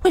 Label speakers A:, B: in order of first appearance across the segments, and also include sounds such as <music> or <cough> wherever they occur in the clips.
A: 惠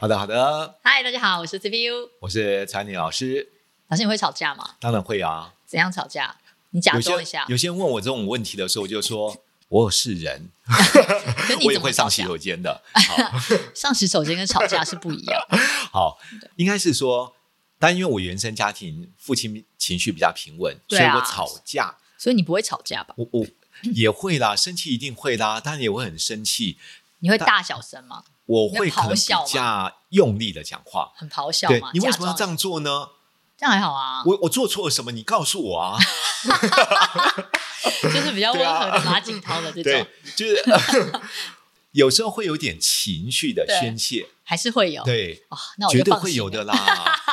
B: 好的，好的。
C: 嗨，大家好，我是 CPU。
B: 我是彩妮老师，
C: 老师，你会吵架吗？
B: 当然会啊。
C: 怎样吵架？你假
B: 有
C: 装
B: 些
C: 一下。
B: 有些人问我这种问题的时候，我就说我是人，
C: 可是你
B: 我也
C: 怎么啊
B: 会
C: 吵
B: 上洗
C: 架？
B: 手间的。好，
C: 上洗手间跟吵架是不一样。 <laughs>
B: 好，应该是说，但因为我原生家庭父亲情绪比较平稳，
C: 对
B: 所以
C: 啊
B: 我吵架，
C: 所以你不会吵架吧？
B: 我我也会啦，生气一定会啦，当然也会很生气，
C: 你会大小声吗？
B: 我
C: 你
B: 会
C: 有咆
B: 可能比
C: 哮吗
B: 较用力的讲话。
C: 很咆哮
B: 对
C: 吗？
B: 你为
C: 假
B: 什么要
C: 装
B: 这样？做呢？
C: 这样还好啊，
B: 我我做错了什么？你告诉我啊！
C: 就是比较温
B: 对啊
C: 和的马景涛的这
B: 对啊
C: 种，，
B: 就是
C: <laughs>
B: 有时候会有点情绪的宣泄，
C: 还是会有。
B: 对，
C: 啊，那我就
B: 绝对
C: 放
B: 会
C: 心
B: 有
C: 了
B: 的
C: <laughs>
B: 啦。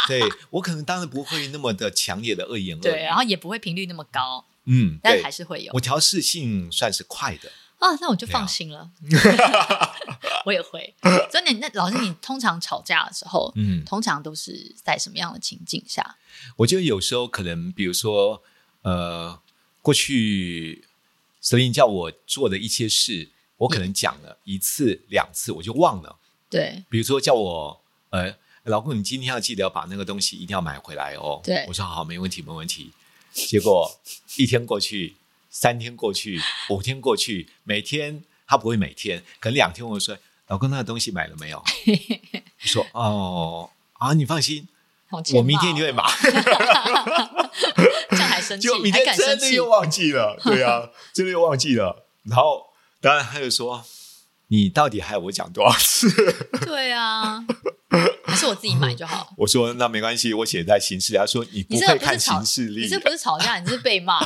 B: 对我可能当然不会那么的强烈的恶言恶语，
C: 对，然后也不会频率那么高，
B: 嗯，
C: 但
B: 对
C: 还是会有
B: 我调试性算是快的，
C: 啊，那我就
B: 对啊
C: 放心
B: <laughs>
C: 了。 <laughs> 我也会，真的。那老师，你通常吵架的时候，
B: 嗯，
C: 通常都是在什么样的情境下？
B: 我觉得有时候可能比如说呃，过去神灵叫我做的一些事，我
C: 嗯
B: 可能讲了一次两次我就忘了。
C: 对，
B: 比如说叫我呃，老公，你今天要记得要把那个东西一定要买回来哦。
C: 对
B: 我说好，没问题，没问题。结果一天过去，三天
C: <laughs>
B: 过去，五天过去，每天他不会每天，可能两天我就说，老公，那个东西买了没有？
C: <laughs>
B: 我说哦啊，你放心，
C: 好
B: 我明天就会买。 <laughs>
C: 这样还生气
B: 结果，明
C: 还
B: 天
C: 敢生
B: 真的
C: 气？
B: 又忘记
C: <laughs>
B: 了，对啊，真的又忘记了。然后当然他就说，你到底害我讲多少次？
C: 对啊，
B: <laughs>
C: 还是我自己买就好了。
B: 我说那没关系，我写在行事历。他说你不
C: 你这
B: 会
C: 个不是
B: 看
C: 吵，
B: 行事历，
C: 你这不是吵架，你是被骂。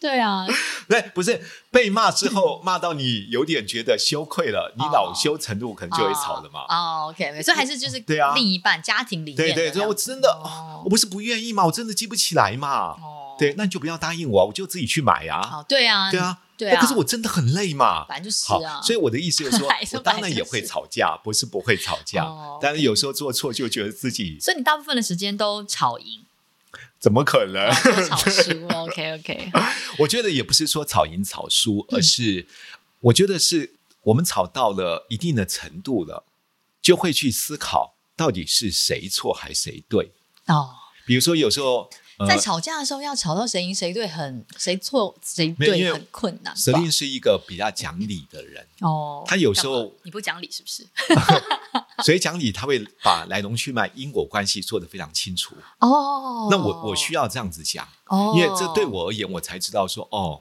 C: 对啊，
B: <laughs> 对，不是被骂之后骂到你有点觉得羞愧了，你
C: 哦
B: 恼羞成怒，可能就会吵了嘛。
C: 哦，OK，所以还是就是
B: 对啊
C: 另一半家庭里面
B: 对
C: 的
B: 对，
C: 这
B: 所以
C: 样
B: 我
C: 子
B: 真的
C: 哦
B: 我不是不愿意嘛，我真的记不起来嘛。
C: 哦，
B: 对，那你就不要答应我啊，我就自己去买啊。
C: 哦，对啊，
B: 对，啊，
C: 对啊
B: 那可是我真的很累嘛。
C: 反正就是
B: 好
C: 啊，，
B: 所以我的意思就
C: <laughs>
B: 是说
C: 还，是
B: 我当
C: 本来
B: 然
C: 就
B: 也会
C: 是
B: 吵架，不是不会吵架
C: 哦，
B: 但是有时候做错就觉得自己
C: 所以你大部分的时间都吵
B: <laughs>
C: 赢，
B: 怎么可能
C: 然？后都吵输。OK OK，
B: 我觉得也不是说吵赢吵输，
C: 嗯
B: 而是我觉得是我们吵到了一定的程度了，就会去思考到底是谁错还谁对。
C: 哦，
B: 比如说有时候，呃
C: 在，吵架的时候要吵到谁赢谁对很谁错谁
B: 没有因
C: 对
B: 为
C: 很困难吧。
B: 蛇令是一个比较讲理的人，
C: 哦，
B: 他有时候
C: 干嘛你不讲理是不是？
B: 所以讲理他会把来龙去脉、因果关系做得非常清楚。
C: 哦，
B: 那我我需要这样子讲，
C: 哦，
B: 因为这对我而言，我才知道说，哦，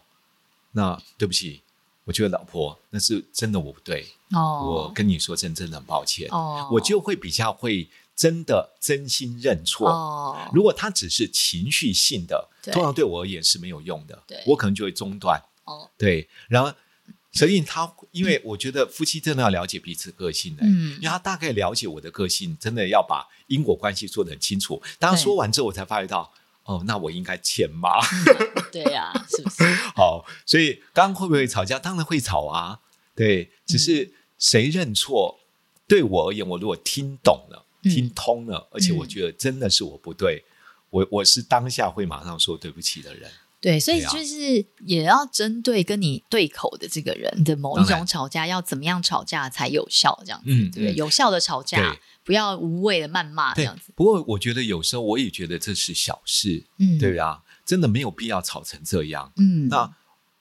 B: 那对不起，我觉得老婆那是真的我不对，我
C: 哦，
B: 跟你说真真的很抱歉。
C: 哦，
B: 我就会比较会真的真心认错。
C: 哦，
B: 如果他只是情绪性的，
C: 对
B: 通常对我而言是没有用的
C: 对，
B: 我可能就会中断。
C: 哦，
B: 对，然后所以他，因为我觉得夫妻真的要了解彼此个性的、
C: 嗯
B: 因为他大概了解我的个性，真的要把因果关系做得很清楚。当他
C: 对
B: 说完之后，我才发觉到。哦，那我应该欠骂。
C: 嗯对呀，是不是？
B: <laughs> 好，所以刚刚会不会吵架？当然会吵啊。对，只
C: 嗯
B: 是谁认错，对我而言，我如果听懂了、
C: 嗯
B: 听通了，而且我
C: 嗯
B: 觉得真的是我不对，我我是当下会马上说对不起的人。
C: 对，所以
B: 对啊
C: 就是也要针对跟你对口的这个人的某一
B: 当
C: 种
B: 然
C: 吵架，要怎么样吵架才有效，这样子，
B: 嗯
C: 对不对？
B: 嗯
C: 有效的吵架
B: 对，
C: 不要无谓的谩骂这
B: 对
C: 样子，，
B: 不过我觉得有时候我也觉得这是小事，
C: 嗯，
B: 对啊，真的没有必要吵成这样。
C: 嗯，
B: 那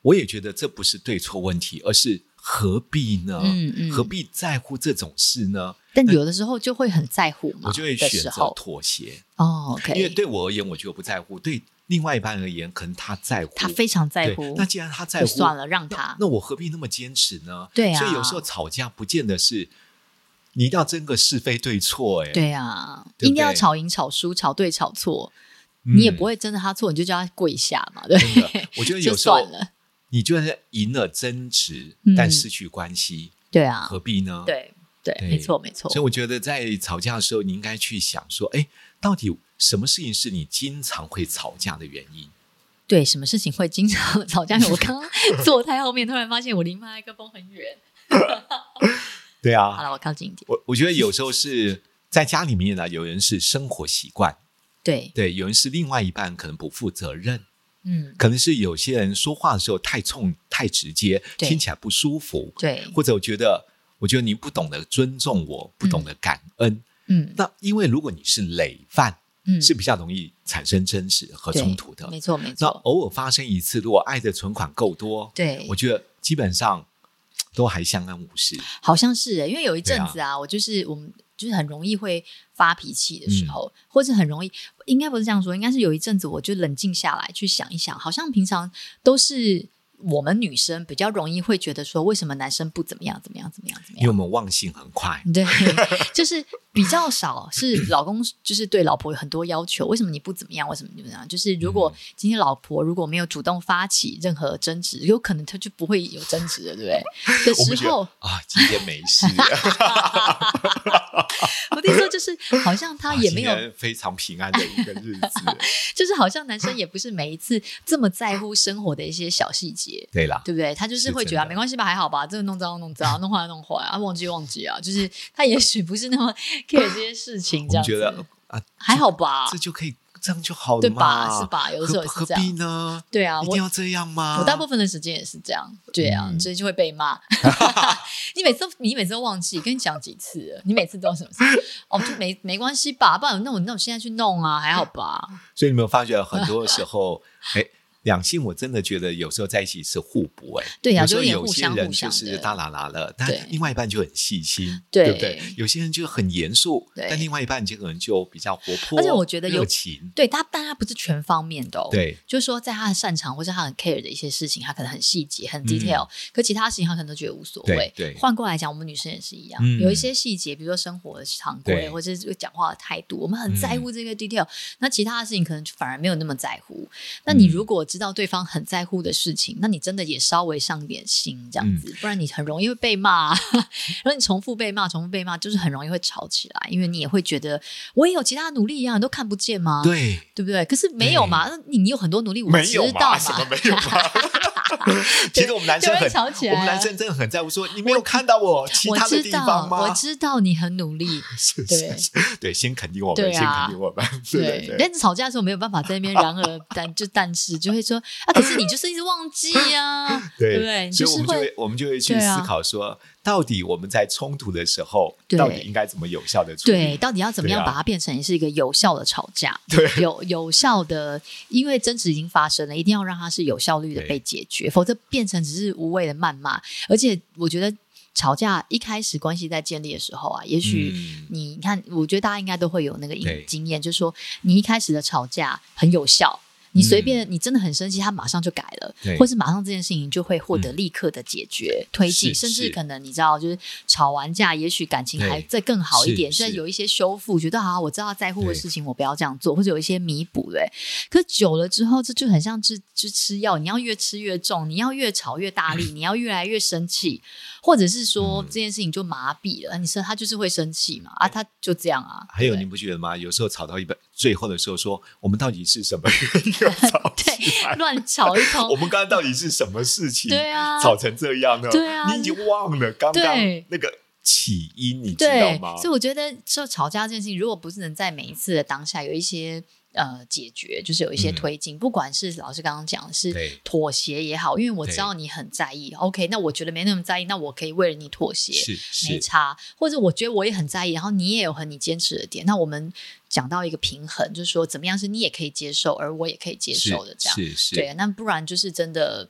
B: 我也觉得这不是对错问题，而是何必呢？
C: 嗯嗯
B: 何必在乎这种事呢？
C: 但有的时候就会很在乎嘛，
B: 我就会
C: 啊的
B: 选
C: 时
B: 择
C: 候
B: 妥协，
C: 哦，OK，
B: 因为对我而言，我觉得我不在乎；对另外一半而言，可能他在乎，
C: 他非常在
B: 对
C: 乎，
B: 那既然他在
C: 就
B: 乎，
C: 算了，让
B: 那
C: 他
B: 那我何必那么坚持呢？
C: 对啊
B: 所以有时候吵架不见得是你一定要争个是非对错、哎，
C: 对啊，
B: 对
C: 一定
B: 不对
C: 要吵赢、吵输、吵对、吵错，
B: 嗯
C: 你也不会真的他错，你就叫他跪下嘛，对，
B: 真的，我觉得
C: 就
B: 有时候
C: 算了，
B: 你就算赢了争执
C: 嗯，
B: 但失去关系，
C: 对啊，
B: 何必呢？。
C: 对对，
B: 对
C: 没错没错
B: 所以，我觉得在吵架的时候，你应该去想说，哎，到底什么事情是你经常会吵架的原因？
C: 对，什么事情会经常 <laughs> 吵架？我刚刚坐太后面，突然发现我离麦克风很远。
B: 对
C: 好
B: 啊，
C: 了，我靠近一点。
B: 我我觉得有时候是在家里面呢、有人是生活习惯，
C: 对，
B: 对，有人是另外一半可能不负责任，
C: 嗯，
B: 可能是有些人说话的时候太冲、太直接，
C: 对
B: 听起来不舒服，
C: 对，
B: 或者我觉得，我觉得你不懂得尊重我，不懂得感恩。
C: 嗯
B: 那因为如果你是累犯，
C: 嗯，
B: 是比较容易产生争执和
C: 对
B: 冲突的。
C: 没错没
B: 那
C: 错。
B: 偶尔发生一次，如果爱的存款够多，
C: 对
B: 我觉得基本上嘖都还相安无事。
C: 好像是耶，因为有一阵子
B: 对
C: 啊，我就是我们就是很容易会发脾气的时
B: 嗯
C: 候，或者很容易，应该不是这样说，应该是有一阵子我就冷静下来去想一想，好像平常都是我们女生比较容易会觉得说，为什么男生不怎么样怎么样怎么样怎么
B: 因为我
C: 样。
B: 们忘性很快，
C: 对， <laughs> 就是比较少是老公，就是对老婆有很多要求。为什么你不怎么样？为什么你不怎么样？就是如果
B: 嗯
C: 今天老婆如果没有主动发起任何争执，有可能她就不会有争执了，对不对？
B: <laughs> 我
C: 的
B: 们
C: 时
B: 觉
C: 候
B: 得，啊，今天没事，
C: 我听说就是好像他 <laughs> 也没有
B: 啊，今天非常平安的一个日子。
C: <laughs> 就是好像男生也不是每一次这么在乎生活的一些小细节。
B: 对啦，
C: 对不对？他就是会觉得、啊、
B: 是真的
C: 没关系吧，还好吧，这个弄脏弄脏，弄坏弄坏啊，忘记忘记啊，就是他也许不是那么 <laughs> care 这些事情，
B: 我
C: 这样
B: 们
C: 子
B: 觉得啊，
C: 还好吧？
B: 这就可以，这样就好了
C: 对
B: 嘛
C: 吧？是？吧？有的时候
B: 何
C: 也
B: 何
C: 是这样
B: 必，呢？
C: 对啊，
B: 一
C: 我
B: 定要这样吗？
C: 我大部分的时间也是这样，对啊，
B: 嗯
C: 所以就会被
B: <laughs>
C: 骂。你每次都你每次都忘记，跟你讲几次了，你每次都什么事？哦，就没没关系吧，不然那我那我现在去弄啊，还好吧？
B: 所以你有没有发觉很
C: <laughs>
B: 多时候，哎，两性我真的觉得有时候在一起是互补哎、
C: 对呀
B: 有时候
C: 就有点
B: 有
C: 互
B: 些
C: 相
B: 人
C: 互
B: 就
C: 相
B: 是
C: 的
B: 大啦啦了，但
C: 对
B: 另外一半就很细心，
C: 对
B: 不对？有些人就很严肃，
C: 对
B: 但另外一半就可能就比较活泼，
C: 而且我觉得有
B: 热情，
C: 对他，但他不是全方面的哦。，
B: 对
C: 就是说在他的擅长或是他很 care 的一些事情，他可能很细节、很 detail，、可其他事情他可能都觉得无所谓。
B: 嗯对对
C: 换过来讲，我们女生也是一样，
B: 嗯
C: 有一些细节，比如说生活的常规
B: 对嗯
C: 或者是讲话的态度，我们很在乎这个 detail、那其他的事情可能反而没有那么在乎。那
B: 嗯
C: 你如果知道对方很在乎的事情，那你真的也稍微上点心
B: 嗯
C: 这样子，不然你很容易会被骂、啊。 <laughs> 然后你重复被骂、重复被骂，就是很容易会吵起来，因为你也会觉得我也有其他努力呀、啊，你都看不见吗？
B: 对，
C: 对不对？可是没有嘛，那你你有很多努力，我
B: 没
C: 知
B: 有
C: 道
B: 嘛，什么没
C: <laughs>
B: 有嘛。 <laughs> 其实我们男生
C: 就会
B: 很，
C: 吵起来
B: 我们男生真的很在乎，说你没有看到我其
C: 我
B: 他的
C: 知
B: 地方
C: 道，
B: 吗？
C: 我知道你很努
B: <laughs>
C: 力，
B: 是
C: 对
B: 是是对，先肯定我
C: 对
B: 们，
C: 啊
B: 先肯定我们，对对对。
C: 但是吵架的时候没有办法在那边，然而 <laughs> 但就但是就会说啊，可是你就是一直忘记啊，对不对？你
B: 所
C: 就
B: 以
C: 是
B: 我们就会
C: 会
B: 我们就会去
C: 对啊
B: 思考说，到底我们在冲突的时候，
C: 对
B: 到底应该怎么有效的处
C: 对，
B: 理？
C: 到底要怎么样
B: 对啊
C: 把它变成是一个有效的吵架？
B: <laughs> 对
C: 有有效的，因为争执已经发生了，一定要让它是有效率的
B: 对
C: 被解决，否则变成只是无谓的谩骂。而且我觉得吵架一开始关系在建立的时候啊，也许
B: 嗯
C: 你你看，我觉得大家应该都会有那个
B: 对
C: 经经验，就是说你一开始的吵架很有效。你随便，你真的很生气，他马上就改了，
B: 嗯对
C: 或是马上这件事情就会获得立刻的解决、推进，
B: 是
C: 甚至
B: 是
C: 可能你知道，就是吵完架，也许感情还
B: 对
C: 再更好一
B: 是
C: 点，甚至
B: 是
C: 有一些修复，觉得好，我知道在乎的
B: 对
C: 事情，我不要这样做，或者有一些弥补，对。可久了之后，这就很像吃吃吃药，你要越吃越重，你要越吵越
B: <clears throat>
C: 大力，你要越来越生气，或者是说、
B: 嗯
C: 这件事情就麻痹了，你说他就是会生气嘛，啊，他就这样啊。
B: 哎还有，
C: 对
B: 你不觉得吗？有时候吵到一半最后的时候说，我们到底是什么
C: <laughs>
B: 原因而吵起来？
C: 乱吵一通
B: <laughs> 我，们刚刚到底是什么事情？
C: 哦对啊
B: 吵成这样呢？
C: 对啊
B: 你已经忘了刚刚
C: 对
B: 那个起因，你知道
C: 对
B: 吗？，
C: 所以我觉得就吵架这件事情，如果不是能在每一次的当下有一些呃解决，就是有一些
B: 嗯
C: 推进，不管是老师刚刚讲的是
B: 对
C: 妥协也好，因为我
B: 对
C: 知道你很在意，OK，那我觉得没那么在意，那我可以为了你妥协，
B: 是
C: 没
B: 是，
C: 差，或者我觉得我也很在意，然后你也有很你坚持的点，那我们讲到一个平衡，就是说怎么样是你也可以接受，而我也可以接
B: 是
C: 受的这样，啊
B: 是是，
C: 对，那不然就是真的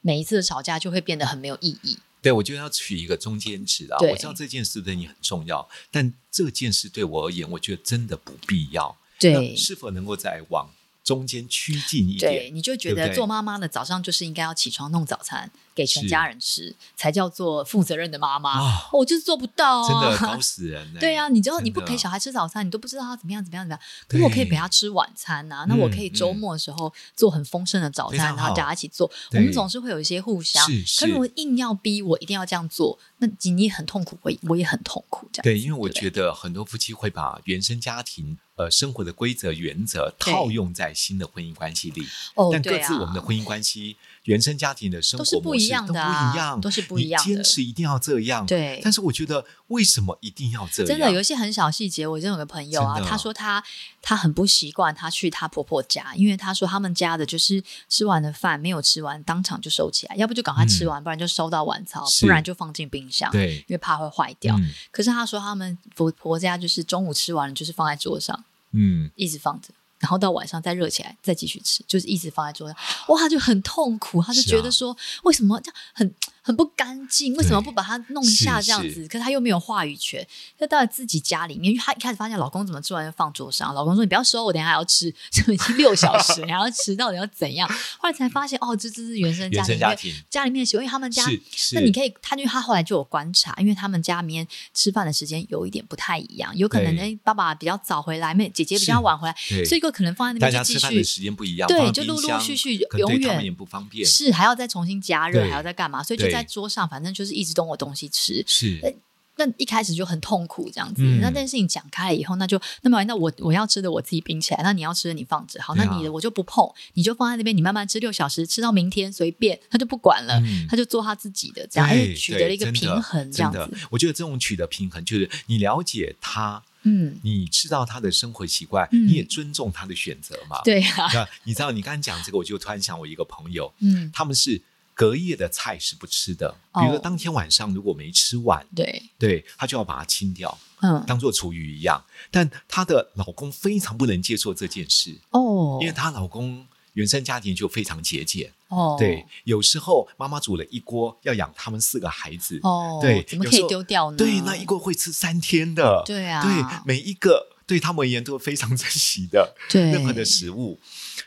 C: 每一次的吵架就会变得很没有意义，
B: 对，我就要取一个中间值啊。
C: 对
B: 我知道这件事对你很重要，但这件事对我而言，我觉得真的不必要。
C: 对
B: 那。是否能够再往中间趋近一
C: 对，
B: 点？
C: 你就觉
B: 对不
C: 得
B: 对
C: 做妈妈的早上就是应该要起床弄早餐给全
B: 是
C: 家人吃，才叫做负责任的妈妈。
B: 啊
C: 我就是做不到啊，
B: 真的搞死人
C: <laughs>
B: 呢、
C: 对啊，你知道你不
B: 真的
C: 陪小孩吃早餐，你都不知道他怎么样怎么样怎么样。可是我可以陪他吃晚餐呐、啊，那
B: 嗯
C: 我可以周末的时候做很丰盛的早
B: 非常
C: 餐，然后
B: 好
C: 大家一起做。我
B: 对
C: 们总是会有一些互相。
B: 是
C: 可
B: 是
C: 如果硬要逼我一定要这样做，那你你很痛苦，我也我也很痛苦，这样
B: 对，因为我
C: 对不对
B: 觉得很多夫妻会把原生家庭呃生活的规则原则套用在新的婚姻关系里，
C: 哦，
B: 但各
C: 对
B: 自我们的
C: 啊，
B: 婚姻关系、原生家庭的生
C: 都是
B: 活
C: 不
B: 模
C: 一
B: 式
C: 样
B: 都不
C: 的啊、
B: 一样，
C: 都是不一样
B: 你坚
C: 的。
B: 持一定要这样。
C: 对
B: 但是我觉得为什么一定要这样？
C: 真的有一些很小细节，我真的有个朋友啊，
B: 真的哦
C: 她说她她很不习惯她去她婆婆家，因为她说他们家的就是吃完的饭没有吃完，当场就收起来，要不就赶快吃完，不然就收到晚操，
B: 嗯是
C: 不然就放进冰箱，
B: 对
C: 因为怕会坏掉。
B: 嗯
C: 可是她说他们婆婆家就是中午吃完了就是放在桌上，
B: 嗯，
C: 一直放着。然后到晚上再热起来，再继续吃，就是一直放在桌上。哇，她就很痛苦，她就是
B: 啊
C: 觉得说，为什么这样很很不干净？为什么
B: 对
C: 不把它弄一下
B: 是
C: 这样
B: 是
C: 子？可是她又没有话语权。那到了自己家里面，因为她一开始发现老公怎么做完就放桌上，老公说你不要收，我等一下还要吃，就已经六小时，你还要吃，到底要怎样？后来才发现，哦，这这是原生家庭，
B: 原生家庭
C: 家里面的习惯，因为他们家
B: 是是，
C: 那你可以，他因为他后来就有观察，因为他们家里面吃饭的时间有一点不太一样，有可能
B: 对
C: 哎爸爸比较早回来，妹姐姐比较
B: 是
C: 晚回来，
B: 对
C: 所以有可能放在那
B: 大
C: 边
B: 家
C: 就继
B: 吃饭的
C: 续
B: 时间不一样，
C: 对
B: 放在
C: 就
B: 冰
C: 陆陆
B: 箱
C: 续续
B: 可能
C: 永
B: 对他
C: 远
B: 们也不方便。
C: 是还要再重新加热，
B: 对
C: 还要再干嘛，所以就
B: 对
C: 在桌上，反正就是一直都有东西吃。
B: 是
C: 呃那一开始就很痛苦，这样子。
B: 嗯
C: 那这件事情讲开了以后，那就那么那我我要吃的我自己冰起来，那你要吃的你放着，好，那
B: 对啊
C: 你的我就不碰，你就放在那边，你慢慢吃六小时，吃到明天随便，他就不管了，
B: 嗯
C: 他就做他自己的，这样
B: 对
C: 呃而且取得了一个
B: 对真
C: 平
B: 的
C: 衡，这
B: 真
C: 样
B: 的
C: 子。，
B: 我觉得这种取得平衡就是你了解他，
C: 嗯，
B: 你知道他的生活习惯，
C: 嗯
B: 你也尊重他的选择嘛。
C: 对啊，
B: 那你知道你刚刚讲这个，我就突然想我一个朋友，
C: 嗯，
B: 他们是隔夜的菜是不吃的，比如说
C: 哦
B: 当天晚上如果没吃完，
C: 对，
B: 对他就要把它清掉，
C: 嗯，
B: 当做厨余一样。但她的老公非常不能接受这件事，
C: 哦，
B: 因为她老公原生家庭就非常节俭，
C: 哦，
B: 对，有时候妈妈煮了一锅要养他们四个孩子，
C: 哦，
B: 对，
C: 怎么
B: 有
C: 可
B: 时
C: 以
B: 候
C: 丢掉呢？
B: 对，那一锅会吃三天的，
C: 对啊
B: 对，每一个对他们而言都非常 <laughs> 珍惜的
C: 对
B: 任何的食物。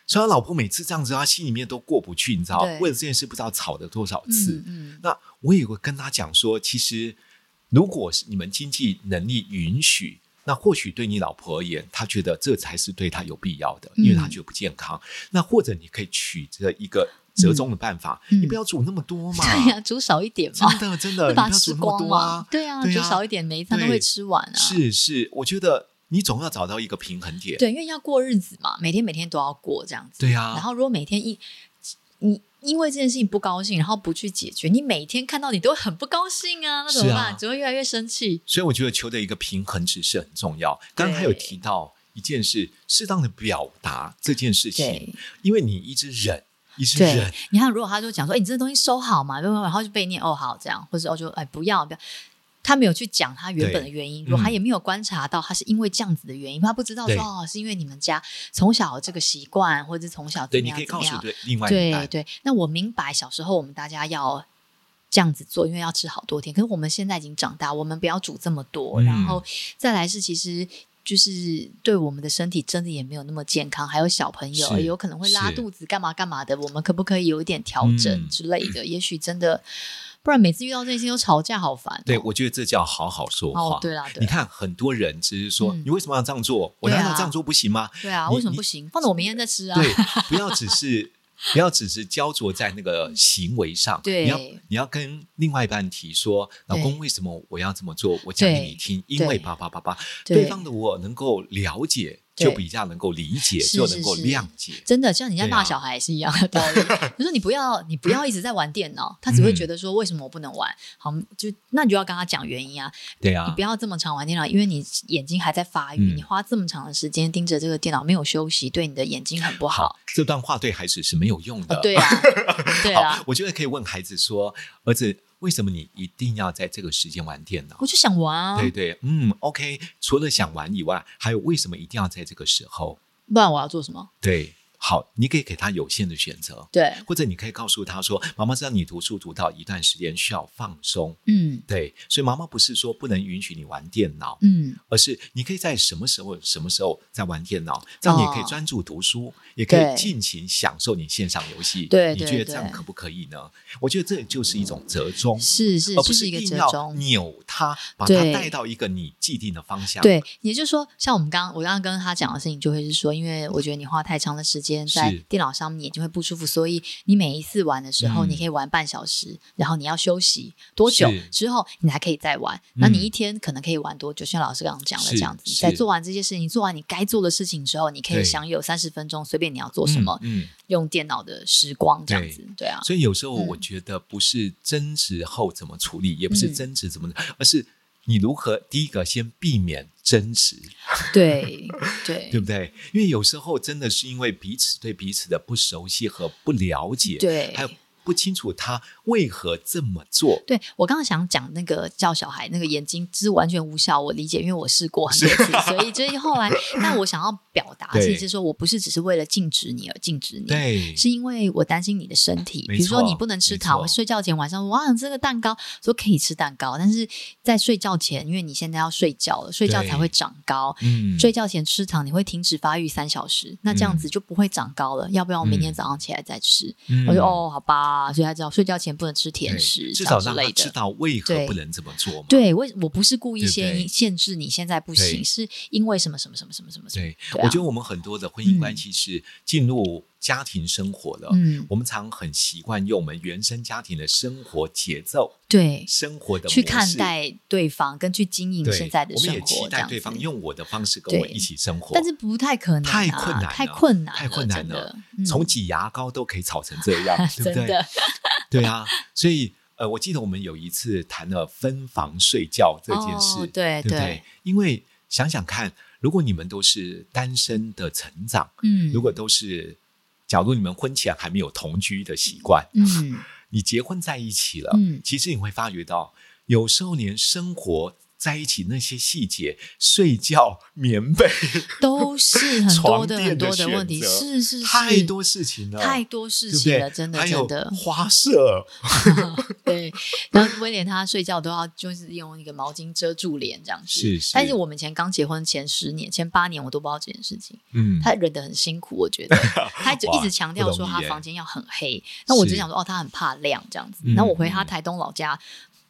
B: 所以他老婆每次这样子，他心里面都过不去，你知道
C: 对，
B: 为了这件事不知道吵了多少次
C: 嗯。嗯，
B: 那我也会跟他讲说，其实如果是你们经济能力允许，那或许对你老婆而言，她觉得这才是对她有必要的，
C: 嗯
B: 因为她觉得不健康。那或者你可以取这一个折中的办法，
C: 嗯嗯
B: 你不要煮那么多嘛。
C: 对呀，煮少一点嘛，
B: 真的真的，
C: 会
B: 你不
C: 把它
B: 要
C: 吃
B: 煮那么
C: 光
B: 多啊
C: 嘛？。对啊，
B: 对
C: 煮
B: 啊
C: 少一点，每一餐都
B: 对
C: 会吃完啊。。
B: 是是，我觉得你总要找到一个平衡点。
C: 对，因为要过日子嘛，每天每天都要过这样子。
B: 对啊
C: 然后如果每天一你因为这件事情不高兴，然后不去解决，你每天看到你都会很不高兴啊，那怎么
B: 是啊
C: 办？只会越来越生气。
B: 所以我觉得求得一个平衡值是很重要。刚刚还有提到一件事，适当的表达这件事
C: 对
B: 情，因为你一直忍，一直
C: 对
B: 忍，，
C: 你看，如果他就讲说：“哎、你这东西收好嘛，然后就被念哦好这样，或者哦就哎不要不要。”他没有去讲他原本的原因，
B: 对
C: 如果他
B: 嗯
C: 也没有观察到他是因为这样子的原因，他不知道说
B: 对
C: 哦是因为你们家从小有这个习惯，或者是从小
B: 对，
C: 怎么
B: 你
C: 样
B: 可以
C: 怎
B: 告
C: 么
B: 诉
C: 样。
B: 对另外一
C: 对
B: 半，
C: 对，那我明白小时候我们大家要这样子做，因为要吃好多天。可是我们现在已经长大，我们不要煮这么多，
B: 嗯
C: 然后再来是其实。就是对我们的身体真的也没有那么健康，还有小朋友
B: 是
C: 有可能会拉
B: 是
C: 肚子，干嘛干嘛的，我们可不可以有一点调整
B: 嗯
C: 之类的？也许真的，不然每次遇到这些事情都吵架，好烦哦、
B: 对我觉得这叫好好说
C: 哦
B: 话。
C: 对啦对啦
B: 你看很多人只是说
C: 嗯，
B: 你为什么要这样做？我
C: 对
B: 难
C: 啊
B: 道这样做不行吗？
C: 对啊，
B: 你
C: 为什么
B: 你
C: 不行？放到我明天再吃啊。
B: 对，
C: <laughs>
B: 不要只是不要只是焦灼在那个行为上，
C: 嗯对
B: 你要你要跟另外一半提说，老
C: 对
B: 公为什么我要这么做？我讲给
C: 对
B: 你听，因为
C: 对
B: 叭叭叭叭，
C: 对
B: 对方的我能够了解，
C: 对
B: 就比较能够理解，
C: 是
B: 就能够
C: 是是
B: 谅解。
C: 真的，像你在
B: 对啊
C: 骂小孩也是一样的
B: <laughs>
C: 道理。我说你不要，你不要一直在玩电脑，他只会
B: 嗯
C: 觉得说为什么我不能玩？好，就那你就要跟他讲原因啊。
B: 对
C: 你
B: 啊
C: 不，要这么常玩电脑，因为你眼睛还在发育，
B: 嗯
C: 你花这么长的时间盯着这个电脑没有休息，对你的眼睛很不好。
B: 好，这段话对孩子是没有用的。
C: 对
B: <laughs>
C: 啊，对
B: 好
C: 啊，，
B: 我觉得可以问孩子说，儿子，为什么你一定要在这个时间玩电脑？
C: 我就想玩啊
B: 对，对，嗯，OK。除了想玩以外，还有为什么一定要在这个时候？
C: 不然我要做什么？
B: 对，好，你可以给他有限的选择，
C: 对，
B: 或者你可以告诉他说：“妈妈知道你读书读到一段时间需要放松，
C: 嗯
B: 对，所以妈妈不是说不能允许你玩电脑，
C: 嗯，
B: 而是你可以在什么时候、什么时候在玩电脑，这样你也可以专注读书，也可
C: 对
B: 以尽情享受你线上游戏。
C: 对
B: 你
C: 对
B: 觉得这样
C: 对
B: 可不可以呢？我觉得这就是一种折中，
C: 是是
B: 而，哦不
C: 这
B: 是
C: 一个
B: 硬
C: 折
B: 要
C: 中。
B: 扭它，把它
C: 对
B: 带到一个你既定的方向。
C: 对，也就是说，像我们刚刚我刚刚跟他讲的事情，就会是说，因为我觉得你花太长的时间在
B: 是
C: 电脑上面，眼睛会不舒服，所以你每一次玩的时候，
B: 嗯
C: 你可以玩半小时，然后你要休息多久
B: 是
C: 之后，你还可以再玩。那你
B: 嗯
C: 一天可能可以玩多久？像老师刚刚讲的
B: 是
C: 这样子，你在
B: 是
C: 做完这些事情，做完你该做的事情之后，你可以
B: 对
C: 享有三十分钟，随便你要做
B: 嗯，
C: 什么，
B: 嗯，
C: 用电脑的时光这样
B: 对
C: 子。对啊，
B: 所以有时候
C: 嗯
B: 我觉得不是争执后怎么处理，也不是
C: 嗯
B: 争执怎么，而是你如何第一个先避免争执。
C: 对
B: <laughs>
C: 对
B: 对不对？因为有时候真的是因为彼此对彼此的不熟悉和不了解，
C: 对
B: 还有不清楚他为何这么做。
C: 对我刚刚想讲那个教小孩那个眼睛是完全无效，我理解，因为我试过很多次，所以就是后
B: <laughs>
C: 来，但我想要表达
B: 对
C: 其实是说我不是只是为了禁止你而禁止你。
B: 对，
C: 是因为我担心你的身体，
B: 没
C: 比如说
B: 错
C: 你不能吃
B: 没
C: 糖，
B: 错
C: 睡觉前晚上我想吃个蛋糕，说可以吃蛋糕，但是在睡觉前，因为你现在要睡觉了，睡觉才
B: 对
C: 会长高，
B: 嗯
C: 睡觉前吃糖你会停止发育三小时，那这样子就不会长高了。要不要我明天
B: 嗯
C: 早上起来再吃？
B: 嗯
C: 我说哦，好吧，所以他知道睡觉前不能吃
B: 对
C: 甜食，
B: 至
C: 这样
B: 少
C: 之
B: 让
C: 类
B: 他
C: 的。
B: 知道为何
C: 对
B: 不能这么做嘛。
C: 对，为我不是故意
B: 对不
C: 限
B: 对
C: 限制你现在不行，
B: 对
C: 是因为什么什么什么什么什么什么？
B: 对，
C: 对啊
B: 我觉得我们很多的婚姻关系是进入家庭生活了。
C: 嗯，
B: 我们常很习惯用我们原生家庭的生活节奏、
C: 对，
B: 生活的
C: 去
B: 模
C: 看
B: 式
C: 待对方，跟去经营
B: 对
C: 现在的
B: 我
C: 生
B: 们也期
C: 活，这
B: 待
C: 样
B: 对
C: 子。
B: 方用我的方式跟我
C: 对
B: 一起生活。
C: 但是不太可能啊、
B: 太困难了，
C: 太困难了，
B: 太困难
C: 真的
B: 了。
C: 嗯
B: 从挤牙膏都可以吵成这
C: <laughs>
B: 样，对不
C: 真
B: 对
C: 的？
B: <laughs> 对啊，所以呃，我记得我们有一次谈了分房睡觉这件事，
C: 哦对
B: 对不
C: 对
B: 对？因为想想看，如果你们都是单身的成长，
C: 嗯，
B: 如果都是。假如你们婚前还没有同居的习惯，
C: 嗯
B: 你结婚在一起了，
C: 嗯
B: 其实你会发觉到，有时候连生活在一起那些细节，睡觉、棉被，
C: 都是很多
B: 床
C: 的
B: 垫
C: 很多的
B: 的选
C: 问题，
B: 择
C: 是是是，
B: 太多事情了，
C: 太多事
B: 对不
C: 情
B: 对
C: 了，真的
B: 还
C: 真
B: 有
C: 的。
B: 花色，
C: 对，然后威廉他睡觉都要就是用一个毛巾遮住脸这样子。
B: 是是
C: 但是我们以前刚结婚前十年、前八年，我都不知道这件事情。
B: 嗯
C: 他忍得很辛苦，我觉
B: <laughs>
C: 得他就一直强调说
B: 不
C: 他
B: 容易耶
C: 房间要很黑。那我只想说哦，他很怕亮这样子。
B: 嗯
C: 然后我回他台东老家。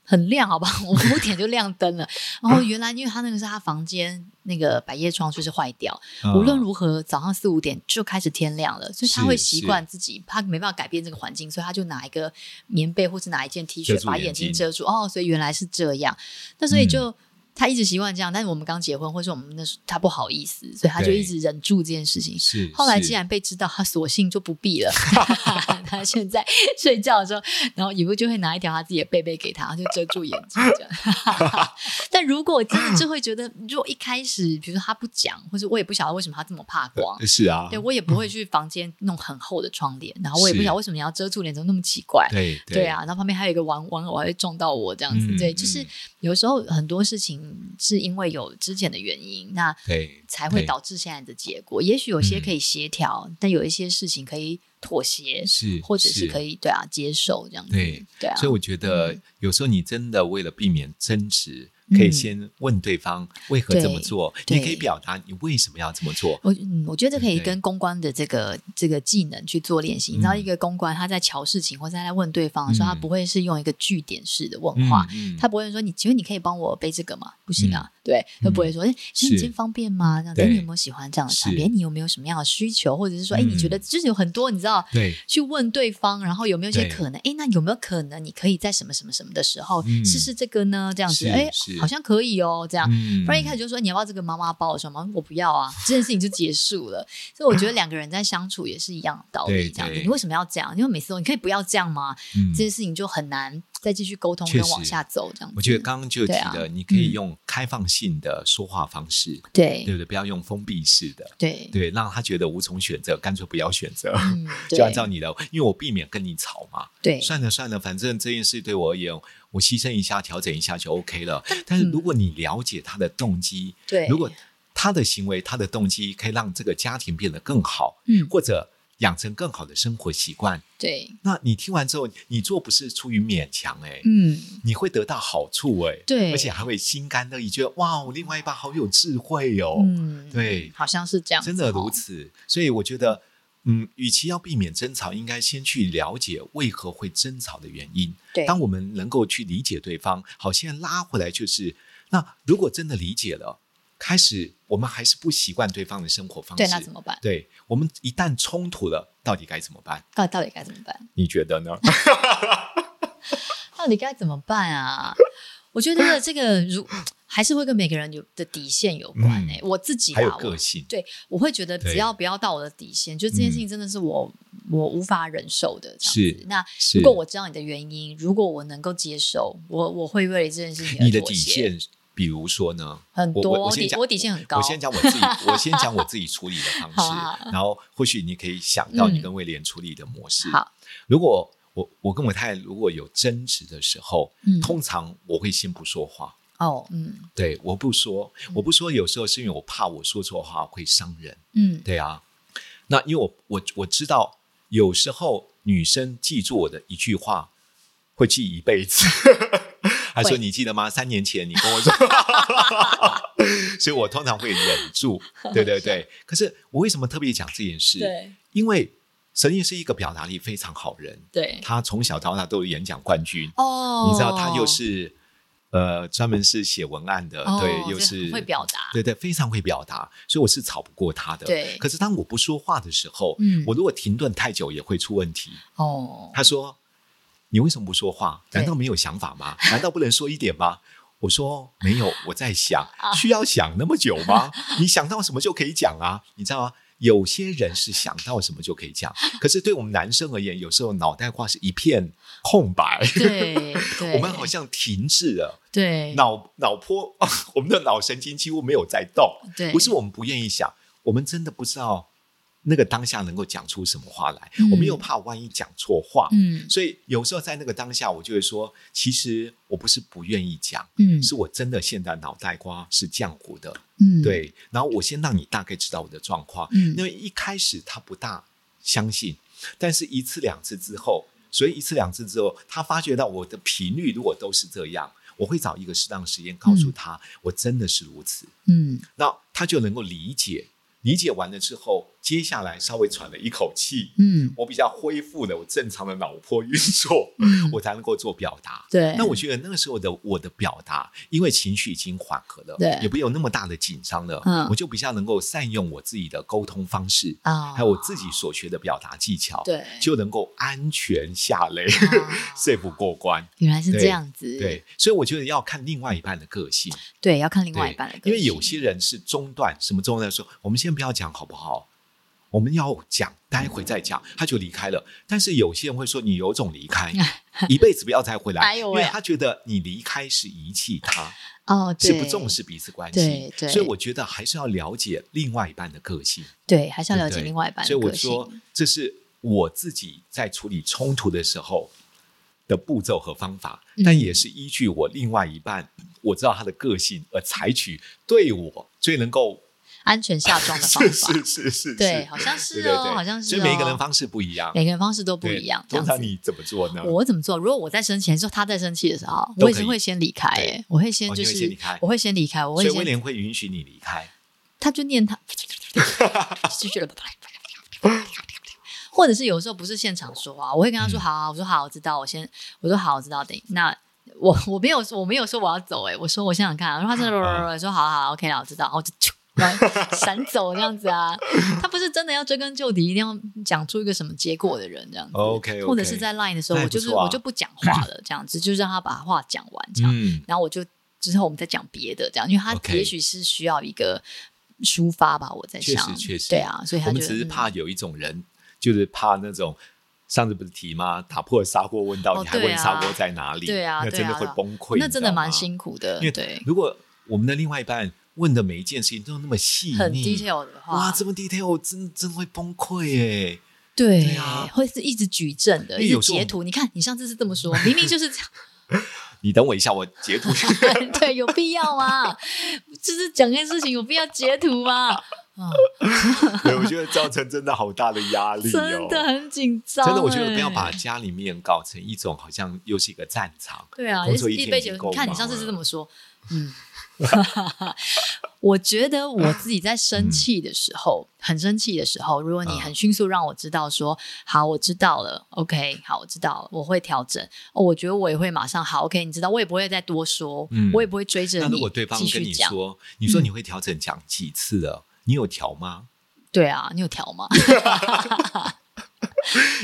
C: 很亮，好吧， <laughs> 我五点就亮灯了。然后原来因为他那个是他房间那个百叶窗就是坏掉，
B: 啊
C: 无论如何早上四五点就开始天亮了，所以他
B: 嗯是
C: 会习惯自己，他没办法改变这个环境，所以他就拿一个棉被或是拿一件 T
B: 遮
C: 恤
B: 住
C: 把
B: 眼
C: 眼睛
B: 睛嗯
C: 遮住。哦，所以原来是这样。那所以就、他一直习惯这样，但是我们刚结婚，或是我们那时候他不好意思，所以他就
B: 对
C: 一直忍住这件事情。
B: 是
C: 后来
B: 是
C: 既然被知道，他索性就不避了。 <laughs> 他现在睡觉的时候，然后以后就会拿一条他自己的被被给他，他就遮住眼睛这样。 <laughs> 但如果真的就会觉得，如果一开始，比如说他不讲，或者我也不晓得为什么他这么怕光，
B: 呃是啊，
C: 对我也不会去房间弄很厚的窗帘，然后我也不晓得为什么你要遮住脸，怎么那么奇怪？
B: 对
C: 对啊，，然后旁边还有一个玩玩偶还会撞到我这样子，
B: 嗯
C: 对，就是
B: 嗯
C: 有时候很多事情是因为有之前的原因，那
B: 对
C: 才会
B: 对
C: 导致现在的结果。也许有些
B: 嗯
C: 可以协调，但有一些事情可以妥协，
B: 是
C: 或者是
B: 是
C: 可以对啊接受这样子，
B: 对
C: 啊，
B: 所以我觉得有时候你真的为了避免争执。可以
C: 嗯
B: 先问对方为何这么
C: 对
B: 做，
C: 对
B: 你可以表达你为什么要这么做。
C: 我嗯，我觉得这可以
B: 对
C: 跟公关的这个这个技能去做练习。你知道，
B: 嗯
C: 一个公关他在瞧事情或者他在问对方的时候，他
B: 嗯
C: 不会是用一个据点式的问话，
B: 嗯
C: 他不会说你，请问你可以帮我背这个吗？不行啊，对，他不会说，哎、请问你
B: 嗯是
C: 今天方便吗？这样子，哎
B: 对
C: 你有没有喜欢这样的产品？
B: 是
C: 哎你有没有什么样的需求？或者是说，哎、
B: 嗯
C: 你觉得就是有很多，你知道。
B: 对
C: 去问对方，然后有没有一些
B: 对
C: 可能？哎，那有没有可能你可以在什么什么什么的时候
B: 嗯
C: 试试这个呢？这样子，
B: 是
C: 哎，
B: 是
C: 好像可以哦，这样。
B: 嗯
C: 不然一开始就说你要不要这个妈妈包的时候，妈妈我不要啊，这件事情就结束了。所以我觉得两个人在相处也是一样的道理，
B: 对
C: 这样子。
B: 对
C: 你为什么要这样？因为每次都你可以不要这样吗？
B: 嗯
C: 这件事情就很难再继续沟通
B: 确
C: 跟
B: 实
C: 往下走，这样子。
B: 我觉得刚刚就提
C: 对啊
B: 了，你可以
C: 嗯
B: 用开放性的说话方式，对
C: 对
B: 不对？不要用封闭式的，
C: 对
B: 对，让他觉得无从选择，干脆不要选择，
C: 嗯
B: <laughs> 就按照你的，因为我避免跟你吵嘛。
C: 对
B: 算了算了，反正这件事对我而言，我牺牲一下、调整一下就 OK 了。但是如果你了解他的动机，
C: 嗯对，
B: 如果他的行为、他的动机可以让这个家庭变得更好，
C: 嗯
B: 或者养成更好的生活习惯。
C: 对，
B: 那你听完之后，你做不是出于勉强哎、
C: 嗯，
B: 你会得到好处哎、
C: 对
B: 而且还会心甘乐意，觉得哇，我另外一半好有智慧哦，
C: 嗯，
B: 对，
C: 好像是这样子哦，
B: 真的如此。所以我觉得，嗯，与其要避免争吵，应该先去了解为何会争吵的原因。
C: 对，
B: 当我们能够去理解对方，好，现在拉回来就是，那如果真的理解了，开始我们还是不习惯对方的生活方式，
C: 对，那怎么办？
B: 对我们一旦冲突了，到底该怎么办？
C: 到底到底该怎么办？
B: 你
C: <laughs>
B: 觉得呢？
C: 到底该怎么办啊？ <laughs> 我觉得这个如 <clears throat> 还是会跟每个人有的底线有关诶、我自己
B: 嗯还有
C: 啊，我
B: 个性，
C: 对我会觉得
B: 对嗯
C: 只要不要到我的底线，就这件事情真的是我、我无法忍受的。这样子
B: 是
C: 那
B: 是
C: 如果我知道你的原因，如果我能够接受，我我会为了这件事情而
B: 你的
C: 妥
B: 底
C: 协
B: 线，比如说呢？
C: 很
B: 我
C: 多，
B: 我我先
C: 底
B: 讲
C: 我底线很高。
B: 我先讲我自己，我先讲我自己处理的
C: <laughs>
B: 方
C: 好啊
B: 式，然后或许你可以想到你
C: 嗯
B: 跟威廉处理的模式。
C: 好，
B: 如果我我跟我太太如果有争执的时候，
C: 嗯
B: 通常我会先不说话，
C: 哦，嗯
B: 对，我不说，我不说，有时候是因为我怕我说错话会伤人，
C: 嗯，
B: 对啊。那因为我我我知道，有时候女生记住我的一句话会记一
C: <laughs>
B: 辈子。还说
C: 会
B: 你记得吗？三年前你跟我说， <laughs> 所以我通常会忍住，
C: <laughs>
B: 对对对。可是我为什么特别讲这件事？
C: 对
B: 因为神爷是一个表达力非常好人，
C: 对
B: 他从小到大都有演讲冠军，
C: 哦，
B: 你知道他又是呃专门是写文案的，
C: 哦
B: 对，又
C: 这
B: 是
C: 会表达
B: 对对，非常会表达，所以我是吵不过他的。
C: 对
B: 可是当我不说话的时候，
C: 嗯
B: 我如果停顿太久也会出问题。
C: 哦，
B: 他说：“你为什么不说话？
C: 对
B: 难道没有想法
C: <laughs>
B: 吗？难道不能说一点吗？”我说没有，我在想，
C: 啊
B: 需要想那么久吗？你想到什么就可以讲啊，你知道吗？有些人是想到什么就可以讲，可是对我们男生而言，有时候脑袋瓜是一片空白，
C: 对对，
B: <laughs> 我们好像停滞了，
C: 对
B: 脑脑波， <laughs> 我们的脑神经几乎没有在动。
C: 对
B: 不是我们不愿意想，我们真的不知道那个当下能够讲出什么话来，
C: 嗯
B: 我们又怕万一讲错话，
C: 嗯
B: 所以有时候在那个当下，我就会说，其实我不是不愿意讲，
C: 嗯
B: 是我真的现在脑袋瓜是浆糊的，
C: 嗯
B: 对。然后我先让你大概知道我的状况，
C: 嗯
B: 因为一开始他不大相信，但是一次两次之后，所以一次两次之后，他发觉到我的频率如果都是这样，我会找一个适当时间告诉他，我真的是如此。
C: 嗯
B: 那他就能够理解。理解完了之后，接下来稍微喘了一口气，
C: 嗯
B: 我比较恢复了我正常的脑波运作，
C: 嗯
B: 我才能够做表达。
C: 对，
B: 那我觉得那个时候的我的表达，因为情绪已经缓和了，
C: 对
B: 也不会有那么大的紧张了，
C: 嗯
B: 我就比较能够善用我自己的沟通方式，
C: 啊
B: 还有我自己所学的表达技巧，
C: 对
B: 就能够安全下 <laughs> 擂，
C: 啊
B: 说服过关。
C: 原来是
B: 对
C: 这样子，
B: 对，所以我觉得要看另外一半的个性。
C: 对，要看另
B: 对，
C: 外一半的个性，
B: 因为有些人是中断，什么中断说，我们先不要讲好不好？我们要讲，待会再讲，
C: 嗯
B: 他就离开了。但是有些人会说，你有种
C: <laughs>
B: 离开，一辈子不要再回来，
C: 哎
B: 因
C: 呦喂
B: 为他觉得你离开是遗弃他，
C: 哦，
B: 是
C: 对
B: 不重视彼此关系
C: 对。对
B: 所以我觉得还是要了解另外一半的个性，
C: 对，还是要了
B: 对
C: 解
B: 不对
C: 另外一半
B: 所
C: 的
B: 以我
C: 个性。
B: 说，这是我自己在处理冲突的时候的步骤和方法，
C: 嗯
B: 但也是依据我另外一半，我知道他的个性而采取对我最能够
C: 安全下装的方
B: <laughs> 是
C: 法，
B: 是是是，
C: 对，
B: 是
C: 好像是
B: 对对
C: 哦，
B: 对
C: 好像是哦。
B: 所以每个人方式不一样，
C: 每个人方式都不
B: 对
C: 一样。这样
B: 通常
C: 子
B: 你怎么做呢？
C: 我怎么做？如果我在生气，还是他在生气的时候，我
B: 都可以
C: 也是会先离开，
B: 对
C: 哎，我会先
B: 哦
C: 就
B: 你会
C: 是
B: 先离开
C: 我会先离开，我
B: 所
C: 会
B: 以威
C: 先
B: 廉会允许你离开，
C: 他就念他，
B: <laughs>
C: 就觉得。或者是有时候不是现场说话，我会跟他
B: 嗯
C: 说：“好、啊，我说好，我知道，我先，我说好，我知道，等那我我没有我没有说我要走、欸，我说我想想看、然后他真
B: 啊
C: 的说：好好，OK 了，我知道，然后我就 <laughs> 啾然后闪走这样子啊。他不是真的要追根究底，一定要讲出一个什么结果的人这样子。
B: 哦 OK，OK
C: 或者是在 Line 的时候，
B: 那也
C: 我
B: 不
C: 就是、
B: 错啊
C: 我就不讲话了，这样子就让他把话讲完这样。
B: 嗯，
C: 然后我就之后我们再讲别的，这样，因为他
B: OK
C: 也许是需要一个抒发吧，我在
B: 确
C: 想，
B: 实确实，
C: 对啊，所以他
B: 我
C: 就
B: 们只是怕有一种人，就是怕那种。上次不是提吗？打破砂锅问到
C: 哦
B: 底，你还
C: 对
B: 问
C: 啊
B: 砂锅在哪里？
C: 对啊
B: 那
C: 对
B: 真的
C: 啊
B: 会
C: 对啊
B: 崩溃
C: 嗯，那真的蛮
B: 辛。
C: 辛苦的
B: 因，为
C: 对，
B: 如果我们的另外一半问的每一件事情都那么细腻，
C: 很 detail 的话，
B: 哇，这么 detail 真真会崩溃耶！
C: 对
B: 对啊
C: 会是一直举证
B: 因
C: 的，
B: 为
C: 一直
B: 有时候
C: 截图。你看，你上次是这么说，明明就是这
B: 你等我一下，我
C: <laughs>
B: 截图。 <laughs> <laughs>
C: 样，对，有必要吗？就是讲件事情有必要截图吗？啊，
B: 对，我觉得造成真的好大的压力哦，
C: 真的很紧张、
B: 真的，我觉得不要把
C: 哎
B: 家里面搞成一种好像又是一个战场。
C: 对啊，
B: 工
C: 也
B: 作
C: 是
B: 一天
C: 被
B: 已经
C: 觉
B: 够
C: 得，看你
B: 忙啊
C: 上次是
B: 了
C: 这么
B: <laughs>
C: 说，嗯， <laughs> 我觉得我自己在生气的时候，很生气的时候，如果你
B: 嗯
C: 很迅速让我知道说，好，我知道了，OK，好，我知道了，我会调整。哦，我觉得我也会马上好，OK，你知道，我也不会再多说，
B: 嗯
C: 我也不会追着
B: 那
C: 你
B: 如果对方
C: 继
B: 跟
C: 续
B: 你
C: 讲。嗯
B: 说，你说你会调整讲几次了？你有调吗？
C: 对啊，你有调吗？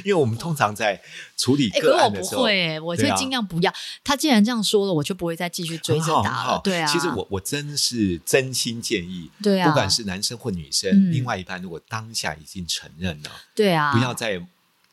B: 因为我们通常在处理
C: 哎、可是
B: 个
C: 我
B: 案的
C: 不
B: 时候，
C: 会、哎，我
B: 对
C: 会
B: 啊
C: 尽量不要。他既然这样说了，我就不会再继续追
B: 很好
C: 着
B: 很
C: 打了
B: 好。。
C: 对啊，
B: 其实我我真是真心建议，
C: 对啊
B: 不管是男生或女生，
C: 嗯
B: 另外一半如果当下已经承认了，
C: 对啊，
B: 不要再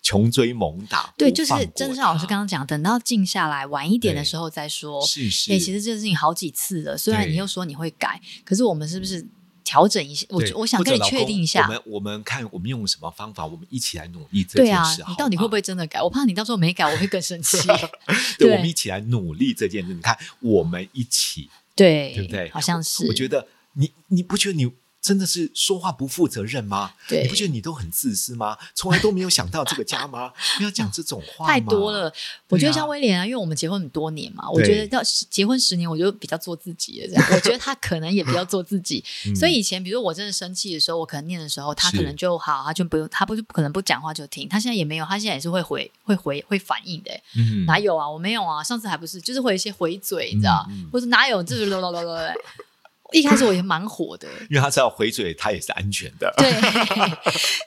B: 穷追猛打。
C: 对，
B: 不
C: 就是
B: 放过
C: 真的像老师
B: 他
C: 刚刚讲，等到静下来晚一点的
B: 对
C: 时候再说。
B: 是是，
C: 哎、其实这件事情好几次了，虽然
B: 对
C: 你又说你会改，可是我们是不是调整一下？我
B: 对
C: 我想
B: 或
C: 跟
B: 者
C: 你
B: 老
C: 确
B: 公
C: 定一
B: 我
C: 下。
B: 们我们看我们用什么方法，我们一起来努力这
C: 对
B: 件
C: 啊
B: 事。，
C: 你
B: 好
C: 到底会
B: 吗
C: 不会真的改？我怕你到时候没改，我会更生
B: <laughs>
C: 气。
B: 对，
C: 对
B: 我们一起来努力这件事。你看，我们一起，
C: 对，
B: 对不对
C: 好像是。
B: 我觉得你你不觉得你真的是说话不负责任吗？
C: 对
B: 你不觉得你都很自私吗？从来都没有想到这个家吗？不要讲这种话，
C: <laughs> 太多。了。我觉得
B: 对啊
C: 像威廉啊，因为我们结婚很多年嘛，我
B: 对
C: 觉得到十结婚十年，我就比较做自己了。这样，我觉得他可能也比较做自己。
B: 嗯
C: 所以以前，比如我真的生气的时候，我可能念的时候，他
B: 是
C: 可能就好，他就不用，他不可能不讲话就听。他现在也没有，他现在也是会回、会回、会反应的、
B: 嗯
C: 哪有啊？我没有啊，上次还不是，就是会有一些回嘴，你知道，
B: 嗯嗯
C: 或者哪有，就是咯咯咯咯咯。一开始我也蛮火
B: <laughs>
C: 的，
B: 因为他知道回嘴，他也是安全的。
C: 对，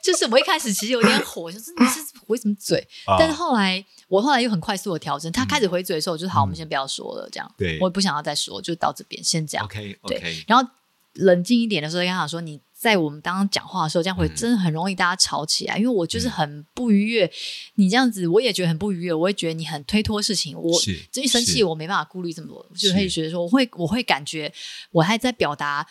C: 就是我一开始其实有点火，就是你是回什么嘴？
B: 啊嗯
C: 但是后来我后来又很快速的调整，他开始回嘴的时候，我就好，我们先不要说了，这样，
B: 对
C: 我也不想要再说，就到这边先这样。
B: ，OK
C: 对
B: OK，
C: 然后冷静一点的时候，跟他讲说，你在我们刚刚讲话的时候，这样
B: 嗯
C: 会真的很容易大家吵起来，因为我就是很不愉悦，你这样子我也觉得很不愉悦，我会觉得你很推脱事情，我
B: 是
C: 就一生气
B: 是
C: 我没办法顾虑这么多，就是会觉得说我会我会感觉我还在表达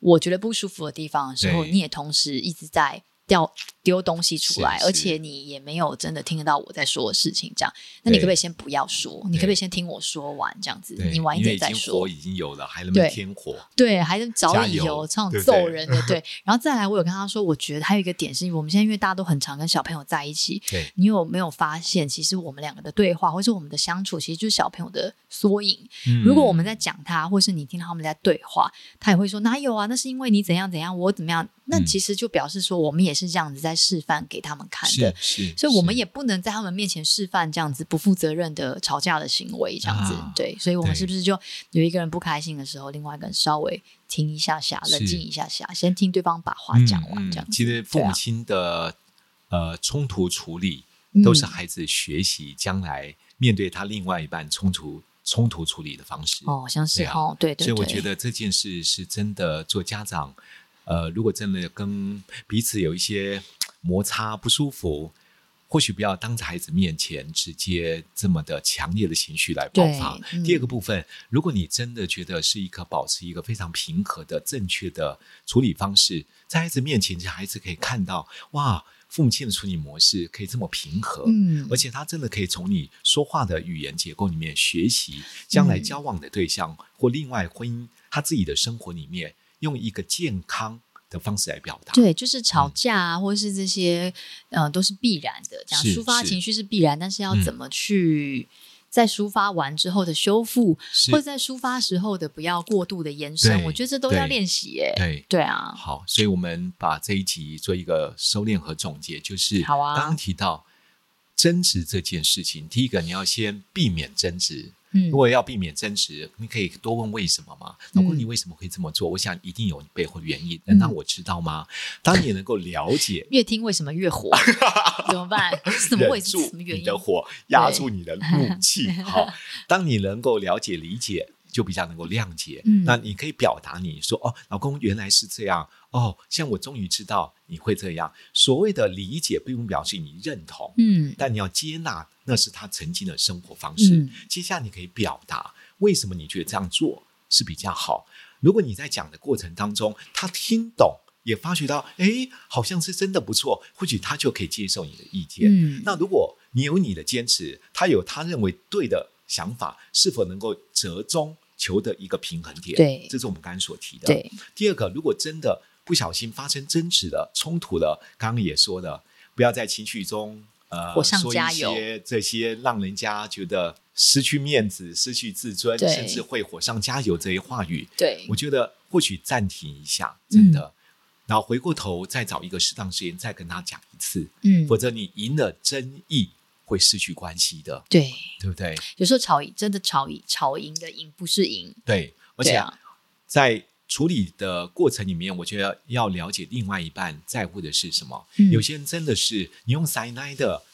C: 我觉得不舒服的地方的时候，
B: 对
C: 你也同时一直在。掉丢东西出来，
B: 是
C: 而
B: 是
C: 且你也没有真的听得到我在说的事情，这样，那你
B: 对
C: 可不可以先不要说？你可不可以
B: 对
C: 先听我说完？这样子，
B: 对，
C: 你晚一
B: 因为
C: 点再
B: 已经
C: 说
B: 火。已经有了，还那么
C: 对
B: 添火，
C: 对，还能找理由
B: 加油
C: 这样
B: 对不
C: 揍
B: 对
C: 人的，对。然后再来，我有跟他说，我觉得还有一个点是，我们现在因为大家都很常跟小朋友在一起，
B: 对，
C: 你有没有发现，其实我们两个的对话，或是我们的相处，其实就是小朋友的缩影。
B: 嗯
C: 如果我们在讲他，或是你听到他们在对话，他也会说哪有啊？那是因为你怎样怎样，我怎么样？那
B: 嗯
C: 其实就表示说，我们也是这样子在示范给他们看的
B: 是。是，
C: 所以我们
B: 是
C: 也不能在他们面前示范这样子不负责任的吵架的行为，这样子、
B: 啊
C: 对。所以我们
B: 对
C: 是不是就有一个人不开心的时候，另外一个人稍微停一下下，
B: 是
C: 冷静一下下，先听对方把话讲完，
B: 嗯嗯
C: 这样子。
B: 其实父
C: 对
B: 母
C: 啊
B: 亲的、呃冲突处理
C: 嗯
B: 都是孩子学习将来面对他另外一半冲突冲突处理的方式。
C: 哦，好像是
B: 对啊
C: 哦，对对对，
B: 所以我觉得这件事是真的，做家长，呃，如果真的跟彼此有一些摩擦不舒服，或许不要当着孩子面前直接这么的强烈的情绪来爆发。
C: 对嗯
B: 第二个部分，如果你真的觉得是一个保持一个非常平和的、正确的处理方式，在孩子面前，其实孩子可以看到，哇，父母亲的处理模式可以这么平和，
C: 嗯
B: 而且他真的可以从你说话的语言结构里面学习，将
C: 嗯
B: 来交往的对象、或另外婚姻他自己的生活里面，用一个健康的方式来表达。
C: 对，就是
B: 嗯
C: 吵架啊，或是这些，呃，都是必然的。这样
B: 是
C: 抒发
B: 是
C: 情绪是必然，但是要怎
B: 嗯
C: 么去在抒发完之后的修复，
B: 是
C: 或者在抒发时候的不要过度的延伸，
B: 对
C: 我觉得这都要
B: 对
C: 练习耶。
B: 对
C: 对啊，
B: 好，所以我们把这一集做一个收敛和总结，就是
C: 好啊
B: 刚刚提到争执这件事情，第一个你要先避免争
C: 嗯
B: 执。如果要避免争执，你可以多问为什么嘛。老公，
C: 嗯。
B: 你为什么会这么做？我想一定有背后的原因，能让我知道吗？当你能够了解
C: 越听为什么越
B: <laughs>
C: 火？怎么办？是怎么回
B: 忍
C: 事？
B: 住
C: 什么原
B: 你
C: 因？
B: 的火，压住你的
C: <laughs>
B: 怒气。好，当你能够了解、理解，就比较能够谅解。
C: 嗯
B: 那你可以表达你说：“哦，老公原来是这样。哦，像我终于知道你会这样。”所谓的理解，并不表示你认同，
C: 嗯
B: 但你要接纳那是他曾经的生活方式。
C: 嗯
B: 接下来你可以表达为什么你觉得这样做是比较好。如果你在讲的过程当中，他听懂，也发觉到，诶，好像是真的不错，或许他就可以接受你的意见。
C: 嗯，
B: 那如果你有你的坚持，他有他认为对的想法，是否能够折中求得一个平衡点？
C: 对
B: 这是我们刚才所提的。
C: 对，
B: 第二个，如果真的不小心发生争执了、冲突了，刚刚也说了，不要在情绪中呃
C: 火上
B: 说
C: 加
B: 一
C: 油
B: 些这些让人家觉得失去面子、失去自尊，
C: 对
B: 甚至会火上加油这些话语。
C: 对嗯
B: 我觉得或许暂停一下，真的，然后回过头再找一个适当时间再跟他讲一次，
C: 嗯
B: 否则你赢了争议会失去关系的，
C: 对，
B: 对不对？
C: 有时候吵赢真的吵赢吵赢的赢不是赢，
B: 对，而
C: 对
B: 且
C: 啊
B: 在处理的过程里面，我觉得要了解另外一半在乎的是什么。
C: 嗯
B: 有些人真的是你用塞奶的，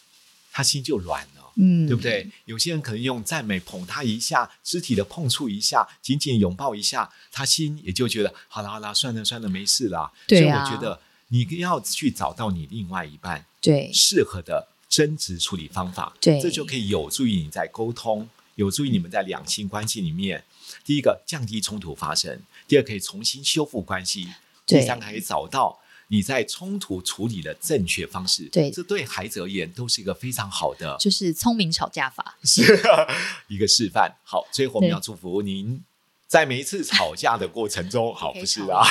B: 他心就软了。
C: 嗯
B: 对不？对？有些人可能用赞美捧他一下，肢体的碰触一下，紧紧拥抱一下，他心也就觉得好啦好啦，算了算了，没事啦。
C: 对
B: 所
C: 啊
B: 以我觉得你要去找到你另外一半
C: 对
B: 适合的争执处理方法，
C: 对
B: 这就可以有助于你在沟通，有助于你们在两性关系里面，第一个降低冲突发生，第二可以重新修复关系，
C: 对
B: 第三个可以找到。你在冲突处理的正确方式，
C: 对
B: 这对孩子而言都是一个非常好的
C: 就是聪明吵架法。
B: 一个示范。好，最后我们
C: 对
B: 要祝福您，在每一次吵架的过
C: <laughs>
B: 程中，好
C: 可以
B: 不是啊？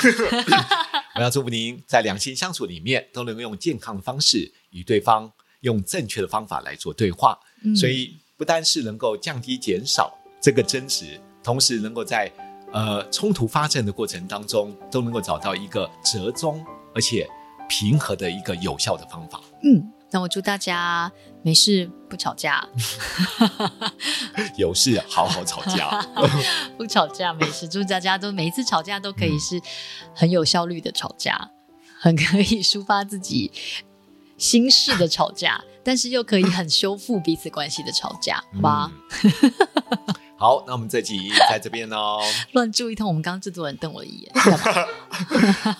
B: <laughs> 我要祝福您在两性相处里面都能够用健康的方式与对方用正确的方法来做对话，
C: 嗯
B: 所以不单是能够降低减少这个争执，同时能够在呃冲突发生的过程当中都能够找到一个折中而且平和的一个有效的方法。 <laughs>
C: 嗯，那我祝大家没事不吵
B: <laughs>
C: 架，
B: 有事好好吵架。
C: 不吵架没事，祝大家都每一次吵架都可以是很有效率的吵架，很可以抒发自己心事的吵架，但是又可以很修复彼此关系的吵架，好吧？
B: 嗯好，那我们这集在这边喽，
C: <laughs> 乱注一通，我们刚刚制作人瞪我一 <laughs> 眼，干嘛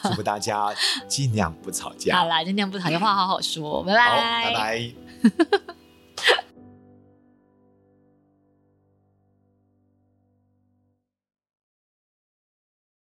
B: 祝福大家尽量不吵架。
C: 好啦，就那样不吵架，话好好说，拜
B: 好，拜拜。